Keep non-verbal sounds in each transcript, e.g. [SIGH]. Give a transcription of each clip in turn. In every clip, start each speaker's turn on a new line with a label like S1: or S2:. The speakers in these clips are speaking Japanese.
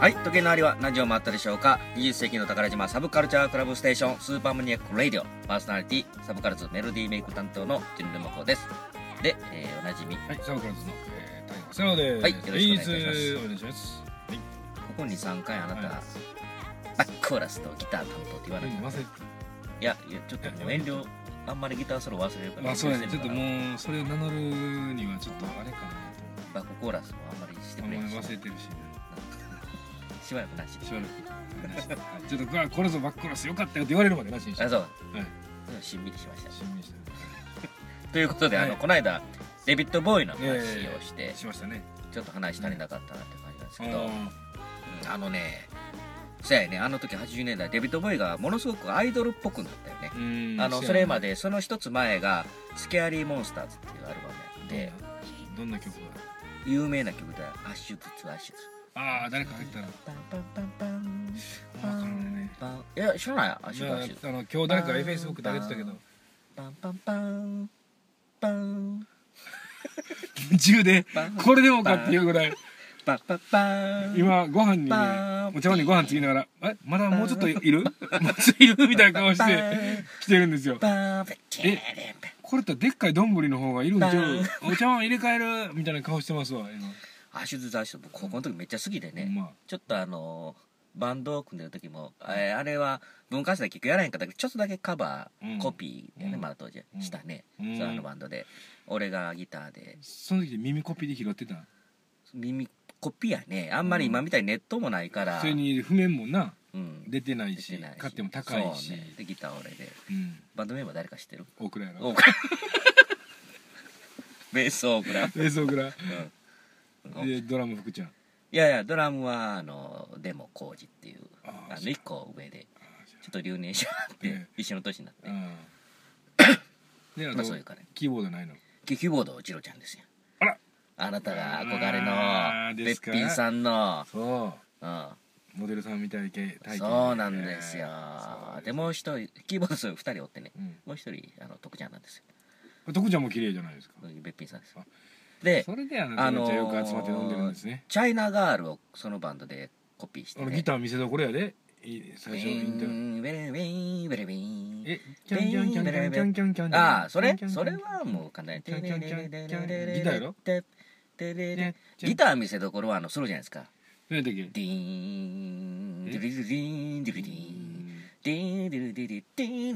S1: はい、時計の針は何時を回ったでしょうか ?20 世紀の宝島サブカルチャークラブステーションスーパーマニアックラディオパーソナリティサブカルツメロディーメイク担当のジュンルモコです。で、えー、おなじみ、こ
S2: はい、サブクラスの、えー、タイガーセロです。
S1: はいよろしくお願いいたします
S2: お願いします。はい、
S1: こに3回あなた、
S2: はい
S1: バックコーラスとギター担当って言わない。い
S2: 忘れて
S1: や、いやちょっともう遠慮、あんまりギターソロ忘れるから。
S2: まあ、そうやね、
S1: 忘
S2: ち
S1: れ
S2: ょってと
S1: るから
S2: もう、それを名乗るには、ちょっとあれかなと思って。
S1: バックコーラスもあんまりして
S2: あ
S1: く
S2: ん
S1: れ
S2: ま
S1: ん
S2: り
S1: し。
S2: 忘れてるし、
S1: しばらくなし。
S2: しばらく。はいちょっと、あこれぞバックコラスよかったよって言われるまでなしにして。
S1: あ、
S2: はい。
S1: そう。しんみりしました。
S2: しみして
S1: ということで、あの、
S2: はい
S1: この間、デビッド・ボーイの話をして、
S2: しましたね。
S1: ちょっと話足りなかったなって感じなんです
S2: あ
S1: けど、う
S2: ー
S1: んあのねそやねあの時80年代デビッド・ボーイがものすごくアイドルっぽくなったよね
S2: う、ーん
S1: あのそれま
S2: で
S1: でその一つ前が「スケアリー・モンスターズ」っていうアルバムやって、
S2: どんな曲が
S1: 有名な曲で「アッシュズ・ツ・アッシュズ」
S2: ああ誰か入ったらわ
S1: パンパンパンパン
S2: かんないね
S1: パンいや知らないアッシュズ・アッシュズ
S2: あの今日誰か Facebook で上げてたけど
S1: パンパンパンパン
S2: 夢中で
S1: パン
S2: これでもかっていうぐらい
S1: パンパンパン
S2: 今ご飯にね
S1: パン
S2: お茶碗にご飯つきながら「えまだもうちょっといるもうちょっといる?」みたいな顔して来てるんですよ
S1: パンパン
S2: えこれってでっかい丼の方がいるんじゃうお茶碗入れ替えるみたいな顔してますわ今
S1: アッシュズ・ザ・アッシュズ僕高校の時めっちゃ好きでね、
S2: ほんま
S1: ちょっとあのーバンドを組んでる時も、えーあれは文化祭で結局やらへんかったけどちょっとだけカバー、
S2: うん
S1: コピーでね、
S2: うん
S1: まだ当時
S2: うん
S1: したね、
S2: うん
S1: そのあのバンドで俺がギターで
S2: その時耳コピーで拾ってた
S1: 耳コピーやねあんまり今みたいにネットもないから、
S2: それに譜面もな
S1: うん、
S2: 出てない
S1: 出て
S2: し
S1: ないし
S2: 買っても高いし
S1: そうねでギター俺で
S2: うん
S1: バンドメンバー誰か知ってる
S2: 大倉やろ
S1: お [LAUGHS] ベースオー
S2: [LAUGHS]
S1: クラ、うん
S2: えーそうぐらい
S1: うんい
S2: でドラム福ちゃん
S1: やいやドラムはあのデモコウジっていう
S2: あ
S1: あの
S2: ー
S1: 1個上で
S2: あーじゃ
S1: ちょっと留年しちゃって、
S2: え
S1: 一緒の年になって、
S2: あうん
S1: [COUGHS]
S2: であ
S1: ま
S2: の
S1: あそういうかね
S2: キーボードないの
S1: キキーボードはジロちゃんですよ
S2: あら
S1: あなたが憧れの
S2: あー
S1: べ
S2: で
S1: っ
S2: すか
S1: ぴんさんの、
S2: そ
S1: うん、
S2: うモデルさんみたい系体型
S1: そうなんですよ
S2: そう
S1: でもう一人キーボード数2人おってね
S2: うん
S1: もう一人あの徳ちゃんなんですよ
S2: 徳ちゃんも綺麗じゃないですか
S1: べっぴんさんです
S2: あ
S1: で
S2: それであの
S1: あのー
S2: じゃあよく集まって飲んでるんですね
S1: チャイナガールをそのバンドでコピーして、
S2: あの
S1: ね、
S2: ギタ
S1: ー
S2: ー見せどころやでい
S1: ウ
S2: 最初のイ
S1: ィ
S2: ンタビュー
S1: ンウェルウィンウェルウィン
S2: えキャンキャンキャンキャンキャンキャンキャン
S1: ああそれ
S2: キャンキャ
S1: そ
S2: ンキャ
S1: れ
S2: ン
S1: はもう簡単に
S2: キャンキャンキャンキャンギ
S1: ギ
S2: ターやろ
S1: ギター見せどころはあのソロじゃないですか
S2: 何だっ
S1: デ
S2: け
S1: ィーン
S2: え
S1: ディリリンディリリンディリリリディリリ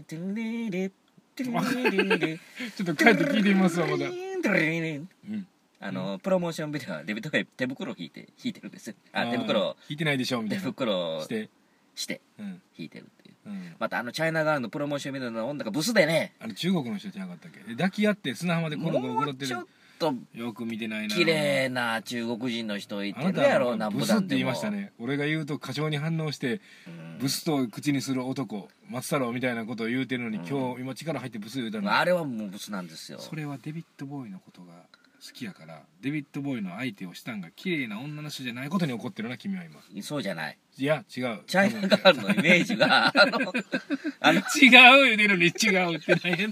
S1: ンディリリディリリディリリ
S2: ちょっと帰って聞いてみます
S1: [LAUGHS]
S2: わまだ
S1: ディリリン
S2: うん
S1: あのプロモーションビデオはデビットが手袋を引いて引いてるんですあ
S2: ー
S1: 手袋を
S2: 弾いてないでしょみた
S1: 手
S2: いな
S1: 袋を
S2: して
S1: して
S2: うん
S1: 引いてるっていう
S2: うん
S1: またあのチャイナガールのプロモーションビデオの女がブスでね
S2: あの中国の人じゃなかったっけ抱き合って砂浜でコロコロ
S1: も
S2: 転っ
S1: う
S2: て
S1: ちょっ
S2: る
S1: と
S2: よく見てないな
S1: 綺麗な中国人の人いて
S2: あな
S1: るやろ
S2: た
S1: なん
S2: ブ
S1: ぼ
S2: ス
S1: な
S2: っ
S1: んで
S2: て
S1: も
S2: 言いましたね俺が言うと過剰に反応して
S1: うん
S2: ブスと口にする男松太郎みたいなことを言うてるのに、
S1: うん
S2: 今日今力入ってブス言うたのに
S1: あれはもうブスなんですよ
S2: それはデビッド・ボーイのことが好きやからデビッド・ボーイの相手をしたんが綺麗な女の人じゃないことに怒ってるな君は今
S1: そうじゃない
S2: いや違う
S1: チャイナガールのイメージがあのあの
S2: 違う言うてるのに違うって大変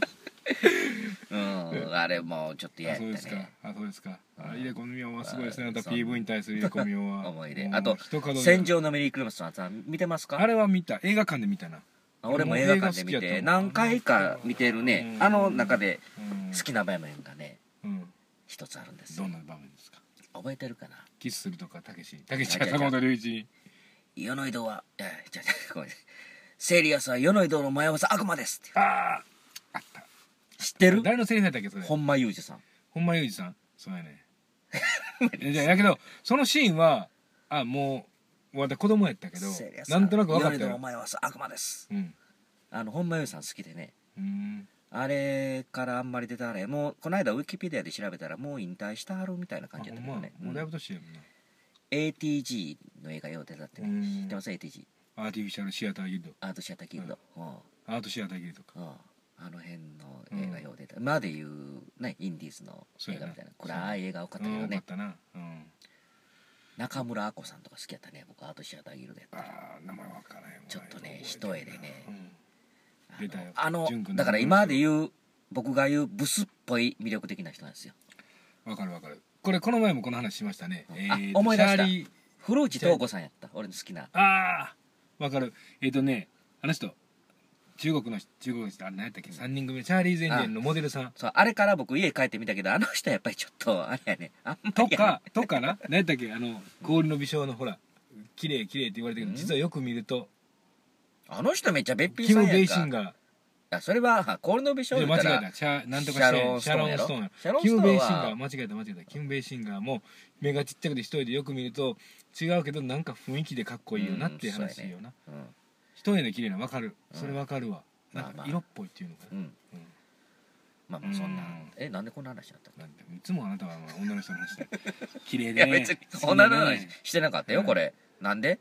S1: うんあれもうちょっと嫌
S2: あ
S1: やっ
S2: そうで
S1: た
S2: すか
S1: ね
S2: あそうですかあ
S1: うん
S2: 入れ込み用はすごいですね
S1: あ
S2: あなた
S1: そう
S2: PV に対する入れ込み用は
S1: 思い出
S2: もう
S1: あと「
S2: 一角で
S1: 戦場のメリークリスマス」さん見てます
S2: あ
S1: か
S2: れは見た映画館で見たな、
S1: 俺も映画館で見
S2: 俺も映画好きや
S1: て
S2: と思う
S1: 何回か見てるね
S2: うん
S1: あの中で
S2: うん
S1: 好きな場面がね
S2: うん、
S1: 一つあるんです
S2: ど
S1: よ
S2: んな場面ですか
S1: 覚えてるかな
S2: キスするとかたけしたけしは坂本龍一に
S1: 世の移動はえじゃごめんなさいセリアスは世の移動の前はさ悪魔ですって
S2: あああった
S1: 知ってる
S2: 誰のセリフだったっけそれ
S1: 本間裕二さん
S2: 本間裕二さんそうやね
S1: [LAUGHS]
S2: いやだけどそのシーンはあもう私子供やったけど
S1: セリアス
S2: なんとなく分か
S1: 世
S2: った
S1: の移動の
S2: よ
S1: 前はさ悪魔です
S2: うん
S1: あの本間裕二さん好きでね
S2: うん
S1: あれからあんまり出てはれんもうこの間ウィキペディアで調べたらもう引退したはるみたいな
S2: あ
S1: 感じだったけ
S2: ほ
S1: ど
S2: んま
S1: ね、
S2: もうだ
S1: う
S2: い
S1: ん
S2: ぶ年やもんな
S1: ATG の映画よう出たってね、
S2: うん
S1: 知ってます ATG
S2: アーティフィシャルシアターギルド
S1: アートシアターギルド、うん
S2: アートシアターギルドか
S1: うんあの辺の映画よう出た、今でいう、ね、インディーズの映画みたいな
S2: そうやな
S1: 暗い映画多かったけど
S2: うんよか
S1: ね
S2: ったなうん
S1: 中村亜子さんとか好きやったね僕アートシアターギルドやったら
S2: ああ名前分からへんわ
S1: ちょっとね
S2: 覚え
S1: 一重
S2: てん
S1: で
S2: な
S1: ね
S2: うん
S1: あ
S2: 出たよ
S1: のあの
S2: 淳君の
S1: だから今で言う僕が言うブスっぽい魅力的な人なんですよ
S2: わかるわかるこれこの前もこの話しましたね、
S1: うん
S2: えーと
S1: あ思い出した
S2: シャーリー
S1: 古内東子さんやった俺の好きな
S2: ああわかるえっ、とねあの人中国の人中国の人あれ何やったっけ3人組チャーリー・ゼンデンのモデルさん
S1: そうあれから僕家帰ってみたけどあの人やっぱりちょっとあれやねあんまり
S2: とかとかな何やったっけあの氷の微笑のほら綺麗綺麗って言われてるけ
S1: うん
S2: ど実はよく見ると
S1: あの人めっちゃべっぴん
S2: キ
S1: さん
S2: ム・
S1: や
S2: ベ
S1: ん
S2: イシン
S1: か
S2: が
S1: あそれはコールノビショ
S2: 間
S1: ー
S2: 違
S1: だっ
S2: え
S1: た
S2: た
S1: ら
S2: シャなんとかシャロン
S1: シ
S2: シ
S1: ャ
S2: ャ
S1: ロ
S2: ロ
S1: ン
S2: ン
S1: ス
S2: ス
S1: ト
S2: ト
S1: ー
S2: ー
S1: ンや
S2: ンや
S1: ろシャロンスト
S2: キ
S1: ーン
S2: ム・
S1: は
S2: ベイシンが間違えた間違えたキム・ベイシンがもう目がちっちゃくて一人でよく見ると違うけどなんか雰囲気でかっこいいよなっていう
S1: うん
S2: 話
S1: そうやね
S2: よな
S1: うん
S2: 一重で綺麗なわかる
S1: うん
S2: それわかるわ
S1: まあ
S2: なん
S1: ま
S2: か
S1: あ
S2: 色っぽいっていうのか
S1: う
S2: な、
S1: ん
S2: うん
S1: まあまあそんな
S2: うん
S1: えなんでこんな話になったっけ
S2: なんていつもあなたはまあ女の人の話で綺麗
S1: い
S2: で
S1: や
S2: ね
S1: 別に
S2: そん
S1: 女の
S2: ね
S1: 話してなかったよ
S2: うん
S1: これなんで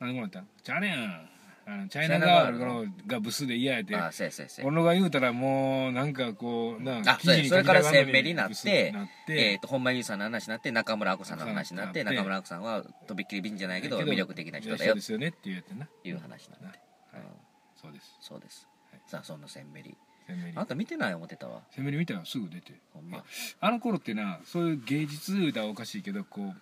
S2: なんでもらったチャレンあのチャイ
S1: チャイナ
S2: ナ
S1: ガ
S2: ガ
S1: ー
S2: ー
S1: ル
S2: ル
S1: の
S2: がブスで嫌やで
S1: あせやせやせや
S2: 俺が言うたらもうなんかこうな
S1: あそうや
S2: 記事に
S1: それから
S2: 書きたがるの
S1: 鮮明になって
S2: ブスになっ
S1: えー、
S2: て
S1: と本間優さんの話になって中村亜子さんの話になって
S2: なって
S1: 中村亜子さんはとびっきり美人じゃないけど
S2: だけど
S1: 魅力的な人だよ
S2: ですよねっていうやつな
S1: っていう話なんだ、
S2: はい
S1: うん
S2: そうです
S1: そうです、
S2: はい
S1: さあそんなセンベリ
S2: 鮮明に
S1: あんた見てない思ってたわ
S2: 鮮明に見たらすぐ出て
S1: ほんま
S2: あの頃ってなそういう芸術歌はおかしいけどこう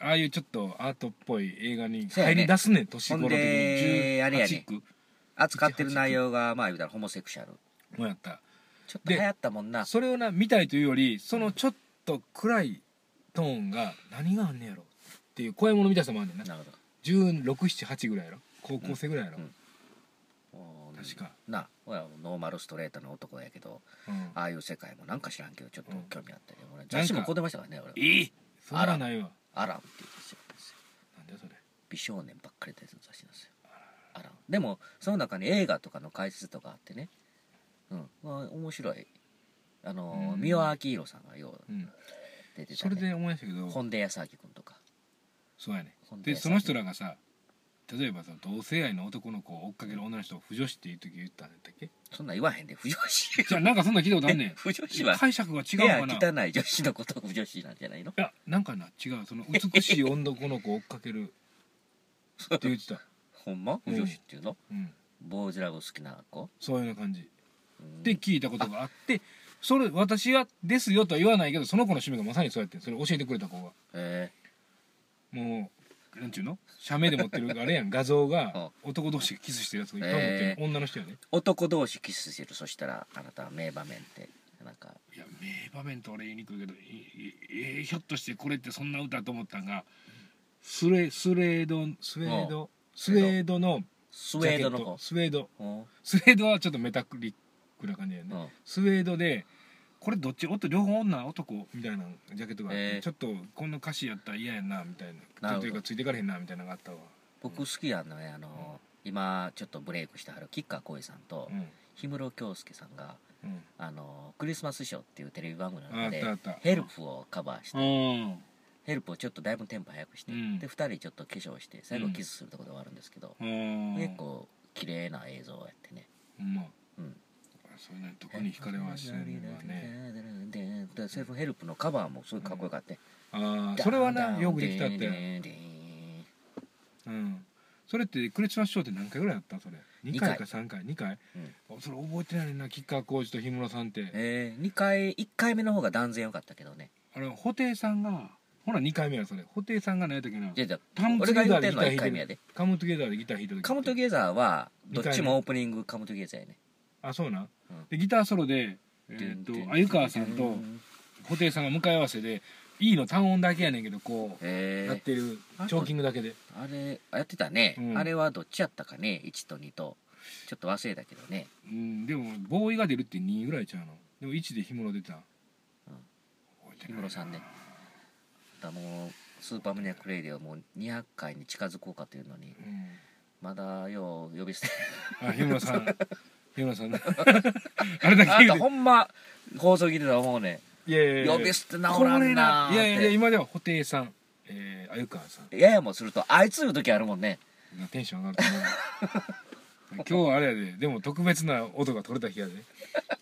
S2: ああいうちょっとアートっぽい映画に
S1: そうやね
S2: 入り出すね年頃的
S1: ほ
S2: に
S1: んであれやね
S2: 18区
S1: 扱ってる内容がまあ言うたらホモセクシャル
S2: もやった
S1: ちょっと流行ったもんな
S2: それをな見たいというよりそのちょっと暗いトーンが何があんねやろっていう怖いもの見たさもあんねんな
S1: なるほど
S2: 1678ぐらいやろ高校生ぐらいやろ、
S1: うんおー
S2: 確か
S1: な俺はもうノーマルストレートの男やけど
S2: うん
S1: ああいう世界もなんか知らんけどちょっと
S2: うん
S1: 興味あったよ、俺雑誌も
S2: なんか
S1: こうてましたからね俺
S2: いいそれはないわ
S1: アランっていう雑誌なんですよ
S2: なんだよそれ
S1: 美少年ばっかり出てる雑誌なんですよアランでもその中に映画とかの解説とかあってねうん、まあ、面白いあの
S2: うん
S1: 三輪明宏さんがよう
S2: うん
S1: 出てた、
S2: そ
S1: ね、
S2: れで思い出したけど
S1: 本田康明君とか
S2: そうやね
S1: 本田
S2: で
S1: 康明
S2: その人らがさ例えばさ同性愛の男の子を追っかける女の人を不女子っていう時言ったんだったっけ
S1: そんなん言わへんで不女子
S2: じゃあなんかそんな聞いたことあんねん
S1: [LAUGHS] 不女子は
S2: 解釈が違
S1: 部
S2: う
S1: 屋
S2: のかな
S1: 汚い女子のことを不女子なんじゃないの
S2: いやなんかな違うその美しい男の子を追っかけるって言ってた
S1: ほんま不女子っていうの、
S2: うん
S1: 坊主らが好きな子、
S2: そういうような感じ
S1: うん
S2: で聞いたことがあってそれ私はですよとは言わないけどその子の趣味がまさにそうやってんそれ教えてくれた子が
S1: え
S2: もうなんちゅうの写メで持ってるあれや [LAUGHS] ん画像が男同士がキスしてるやつがいっぱい持ってる、
S1: え
S2: 女の人やね
S1: ー男同士キスしてるそしたらあなたは名場面ってなんか
S2: いや名場面と俺言いにくいけどいいいひょっとしてこれってそんな歌と思ったんがスレスレードスウェードスウェードの
S1: スウェードの子
S2: ジャケットスウェード
S1: うん
S2: スウェードはちょっとメタクリックな感じやね、
S1: うん
S2: スウェードでこれどっち音両方女男みたいなジャケットがあって、
S1: えー
S2: ちょっとこんな歌詞やったら嫌やなみたいな
S1: なるほど
S2: というかついていかれへんなみたいなのがあったわ、
S1: 僕好きやんのねあの今ちょっとブレイクしてはる吉川晃司さんと
S2: うん
S1: 氷室京介さんが
S2: うん、
S1: あのクリスマスショーっていうテレビ番組の
S2: あ
S1: 中
S2: っ
S1: で
S2: たあった
S1: ヘルプをカバーして
S2: うん
S1: ヘルプをちょっとだいぶテンポ早くして、
S2: うん
S1: で2人ちょっと化粧して最後キスするところがあるんですけど、
S2: うん
S1: 結構綺麗な映像やってね
S2: まあ
S1: うん
S2: そういうのにどこに惹かれはしてるのはね
S1: でセルフヘルプのカバーもすごいかっこよかった、
S2: ああそれはなよくできたって
S1: て
S2: うんそれってクリスマスショーって何回ぐらいあったそれ
S1: 二
S2: 2
S1: 回
S2: 回か3回2回、あそれ覚えてないねんな吉川晃司と氷室さんって
S1: えー、2回1回目の方が断然良かったけどね
S2: あれ布袋さんがほら2回目やそれ布袋さんが何やったっけな
S1: じゃあじゃあ
S2: タム
S1: 俺
S2: ト
S1: が
S2: ゲ
S1: 言
S2: ザ
S1: って
S2: ーで
S1: んのは1
S2: ギター弾いて
S1: 回目や
S2: る
S1: で
S2: カムトゲザーでギター弾いた時
S1: カムトゥゲザーはどっちもオープニングカムトゥゲザーやね
S2: あそうなん、
S1: うん
S2: でギターソロで、えーっと鮎川さんと布袋さんが向かい合わせで E の単音だけやねんけどこう
S1: え
S2: やってるチョーキングだけで
S1: あれあやってたね、
S2: うん
S1: あれはどっちやったかね1と2とちょっと忘れたけどね
S2: うんでもボーイが出るって2ぐらいちゃうのでも1で氷室出た
S1: うん
S2: 覚えて
S1: 氷
S2: ないな
S1: 室さんねだからもうスーパーマニアックレイディはもう200回に近づこうかというのに
S2: うん
S1: まだよう呼び捨て
S2: あ氷室さ
S1: [LAUGHS]
S2: ん氷室さんね [LAUGHS] あ [LAUGHS] れだ
S1: あ
S2: け
S1: ん
S2: 言
S1: た
S2: う
S1: ほんま放送切れだ思うね
S2: ていやいやいや
S1: 呼び捨て直ら
S2: こ
S1: ん
S2: れ
S1: なーっ
S2: な
S1: て
S2: いやいやいや今では布袋さんえー鮎川さん
S1: ややもするとあいついう時あるもんね
S2: テンション上がると思う今日はあれやででも特別な音が取れた日やで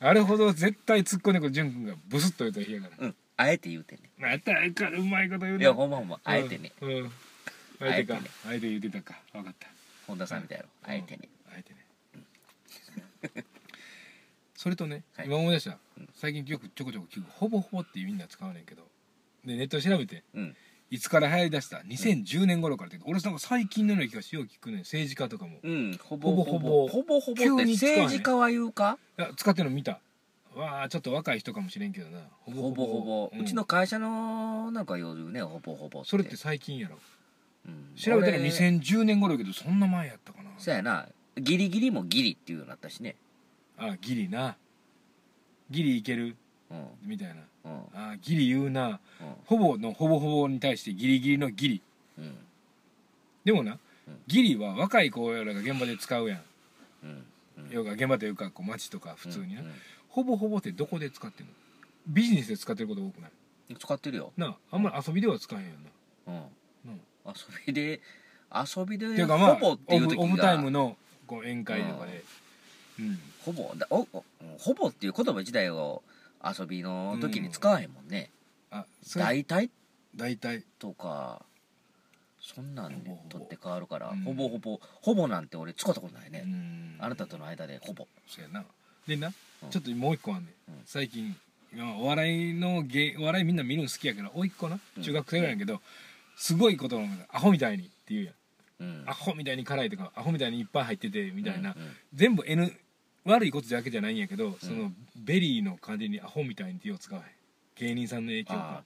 S2: あれほど絶対突っ込んでくる潤くんがブスッと言うた日やか
S1: うんあえて言うてんね
S2: らまたあいつうまいこと言うない
S1: やほんまほんまあえてね
S2: うん、うんあえて
S1: あえ
S2: か
S1: てね
S2: あえて言うてたか分かった
S1: 本田さんみたいなあえてね
S2: あえてねそれとね、
S1: はい
S2: 今思い出した
S1: うん
S2: 最近よくちょこちょこ聞く「ほぼほぼ」ってみんな使わねんけどでネットで調べて
S1: うん
S2: 「いつから流行りだした2010年頃からって俺なんか最近のような気がしよう聞くね政治家とかも
S1: うんほぼほぼ
S2: ほぼほぼ
S1: ほぼほぼ
S2: 急
S1: って
S2: に使わへん
S1: 政治家は言うか
S2: いや使ってるの見たわあちょっと若い人かもしれんけどなほ
S1: ほぼほぼ、
S2: ん
S1: うちの会社のなんかよるねほぼほぼ
S2: それって、最近やろ
S1: うん
S2: 調べたら
S1: 俺
S2: 2010年頃やけどそんな前やったかな
S1: そうやなギリギリもギリっていうようになったしね
S2: あギリなギリいける
S1: うん
S2: みたいな
S1: うん
S2: あギリ言うな
S1: うん
S2: ほぼのほぼほぼに対してギリギリのギリ
S1: うん
S2: でもな、
S1: うん
S2: ギリは若い子らが現場で使うやん、
S1: うんうん
S2: 要は現場というかこう街とか普通にな、
S1: うん
S2: ほぼほぼってどこで使ってんのビジネスで使ってること多くない
S1: うん使ってるよ、
S2: なああんまり遊びでは使えへんやんな
S1: うん
S2: うん
S1: 遊びで遊び
S2: ってい
S1: で
S2: うかまあ
S1: ほぼってい
S2: オ
S1: う
S2: フ
S1: 時
S2: オフタイム
S1: が
S2: のこう宴会とかでうん
S1: ほぼだおおほぼっていう言葉自体を遊びの時に使わへんもんね、
S2: あそれ
S1: 大体
S2: 大体
S1: とかそんなん
S2: ほぼ
S1: ね
S2: ほぼ
S1: 取って変わるから、
S2: うん
S1: ほぼほぼほぼなんて俺使ったことないうね、
S2: ん
S1: あなたとの間でほぼ
S2: そうやなでな
S1: うん
S2: ちょっともう一個あんねん
S1: うん
S2: 最近まあお笑いの芸お笑いみんな見るの好きやからおいっ子な
S1: うん
S2: 中学生ぐらいやけどすごいことのアホみたいにって言うやん
S1: うん
S2: アホみたいに辛いとかアホみたいにいっぱい入っててみたいな
S1: うんうん
S2: 全部 N 悪いことだけじゃないんやけどそのベリーの感じにアホみたいにってよう使わへん芸人さんの影響
S1: あ
S2: か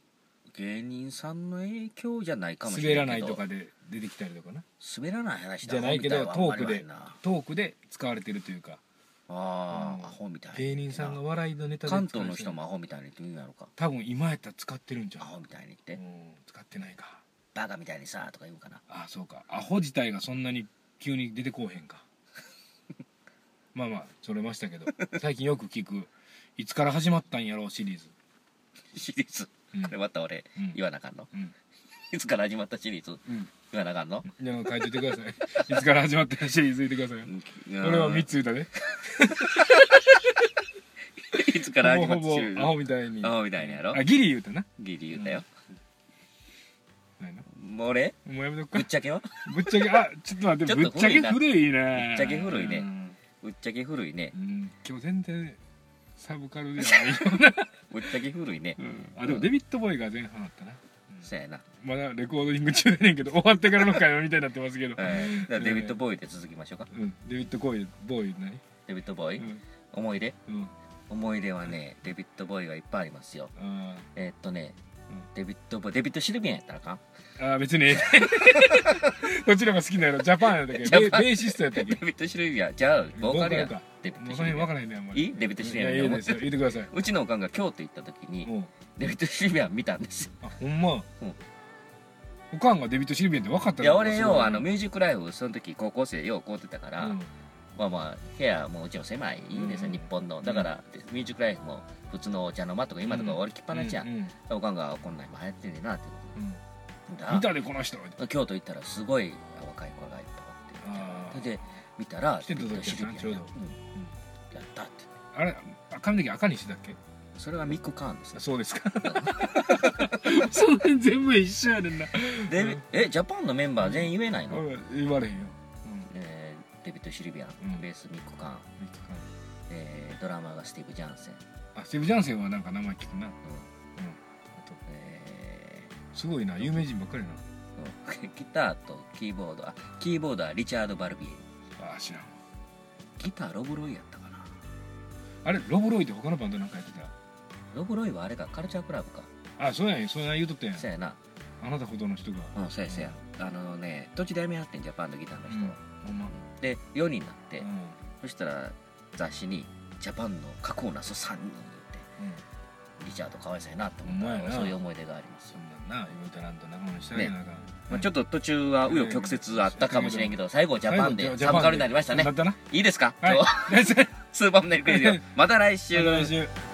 S1: ー芸人さんの影響じゃないかもし
S2: 滑
S1: れな
S2: ら
S1: い
S2: な
S1: けど
S2: いとかで出てきたりとかな
S1: 滑らない話だ
S2: じゃないけど
S1: アホみたいはあんまり
S2: トーク
S1: 言
S2: で
S1: わへんな
S2: トークで使われてるというか
S1: あ
S2: う
S1: あ
S2: ん
S1: アホみたいな
S2: 芸人さんが笑いのネタで使わ
S1: 関
S2: れてる
S1: 東の人もアホみたいにって言うんやろか
S2: 多分今やったら使ってるんじゃ
S1: ア
S2: ん
S1: ホみたいにって、
S2: うん使ってないか
S1: バカみたいにさとか言うかな
S2: あそうかアホ自体がそんなに急に出てこうへんか [LAUGHS] まあまあそれましたけど最近よく聞く「いつから始まったんやろう」シリーズ、
S1: シリーズ
S2: うん
S1: これまた俺
S2: うん
S1: 言わなあかんの [LAUGHS]
S2: うん
S1: いつから始まったシリーズ
S2: うん
S1: 言わなあかんの
S2: でも書いといてください [LAUGHS] いつから始まったんシリーズ言ってくださいよ俺は3つ言うたね
S1: いつから始ま
S2: ほ
S1: った
S2: ぼ
S1: シ
S2: ほ
S1: リー
S2: ぼ
S1: ズ
S2: アホみたいに
S1: アホみたいなやろ
S2: あギリ言うたな
S1: ギリ言うたよ、
S2: ないな
S1: もう俺
S2: もうやめとく
S1: ぶ
S2: か
S1: っちゃけは
S2: ぶっちゃけあちょっと待って
S1: ち
S2: ぶ
S1: ょ
S2: っ
S1: っと
S2: ちゃ
S1: 古い
S2: け
S1: な
S2: 古い
S1: ぶ
S2: ね
S1: っちゃけ古いね
S2: うん
S1: ぶっちゃけ古いね
S2: うん今日全然サブカルではないよ
S1: [LAUGHS]
S2: うな、
S1: ぶっちゃけ古いね
S2: うん、あでもデビッド・ボーイが前半あったな、
S1: そやな、
S2: まだレコーディング中やねんけど終わってからの会話みたいになってますけど、
S1: えー、だからデビッド・ボーイで続きましょうか
S2: うん、デビッド・ボーイボーイ何
S1: デビッド・ボーイ、
S2: うん
S1: 思い出
S2: うん
S1: 思い出はねデビッド・ボーイはいっぱいありますよ
S2: あ
S1: えーっとね、
S2: うん
S1: デビッド・ボーイデビッド・シルビアンやったらあかん
S2: ーあー別に [LAUGHS] どちらが好きなのジャパンやったっけ
S1: ジャ
S2: ベ
S1: パン
S2: ベーシストやったっ
S1: デ
S2: け
S1: ビッド・シルビアンじゃあボーカルや
S2: ボー
S1: ん
S2: カ
S1: デビッ
S2: も
S1: ド・
S2: う
S1: シ
S2: その
S1: ルビアン
S2: 辺分からへんねあんま
S1: い
S2: り
S1: いデビッド・シル
S2: い
S1: ビア
S2: や
S1: ン
S2: いい
S1: や
S2: ですよ言ってください、
S1: うちのおかんが京都行った時に
S2: うん、
S1: デビッド・シルビアン見たん
S2: [LAUGHS]
S1: ですよ
S2: あほんま、おかんがデビッド・シルビアンって分かった
S1: い
S2: の
S1: や俺
S2: すごい
S1: よ
S2: ね
S1: あのミュージックライブその時高校生ようこうってたから、
S2: うん
S1: まあまあ部屋もうちろん狭いんですよ、
S2: うん
S1: 日本のだから、ミュージックライブも普通のお茶の間とか今とか終わりきっぱなしや、
S2: うんうんうん
S1: おかんがこんなん今流行ってんねんなってことだ
S2: 見たでこの人
S1: 京都行ったらすごい若い子がいっぱい
S2: あ
S1: おって
S2: ー
S1: それで見たら
S2: 来てた時やな
S1: シルビア
S2: ちょうど
S1: うんやったって
S2: あれ赤の時赤にしてたっけ
S1: それがミック・カーンですね
S2: そうです
S1: [LAUGHS]
S2: かその辺全部一緒やねんな
S1: で、
S2: うん
S1: えジャパンのメンバー全員言えないの、
S2: 言われへんよ、
S1: えーデビッド・シルビアン、
S2: うん
S1: ベースミック・カーン、えードラマーがスティーブ・ジャンセン、
S2: あスティーブ・ジャンセンはなんか名前聞くな、
S1: あ
S2: うん、
S1: とえー
S2: すごいな有名人ばっかり
S1: うん [LAUGHS] ギターとキーボードあキーボードはリチャード・バルビエ
S2: なあ知らん
S1: ギターロブロイやったかな
S2: あれロブロイって他のバンドなんかやってた
S1: ロブロイはあれかカルチャークラブか
S2: あそうやんそんな言うとったやん
S1: そやな
S2: あなたほどの人が
S1: うんそうやそうやあのね途中でやめはってんジャパンのギターの人、
S2: ほんま
S1: で4人になって、
S2: うん
S1: そしたら雑誌に「ジャパンの過去をなす3人」っ
S2: うん
S1: てリチャードかわいそうやなと
S2: ほん
S1: 思
S2: ま
S1: っ
S2: や
S1: た
S2: な
S1: そういう思い出があります
S2: そ、んなんな言うたらんと仲間にしたらいいなあかん
S1: まあ、ちょっと途中は紆余曲折あったかもしれんけど最後ジャパン
S2: 最後
S1: で
S2: ジ
S1: [LAUGHS]
S2: ャ
S1: サブカルになりましたね
S2: なったない
S1: いですか、
S2: はい
S1: 今日スーパーマネークレディオまた来
S2: ま
S1: 週
S2: た来週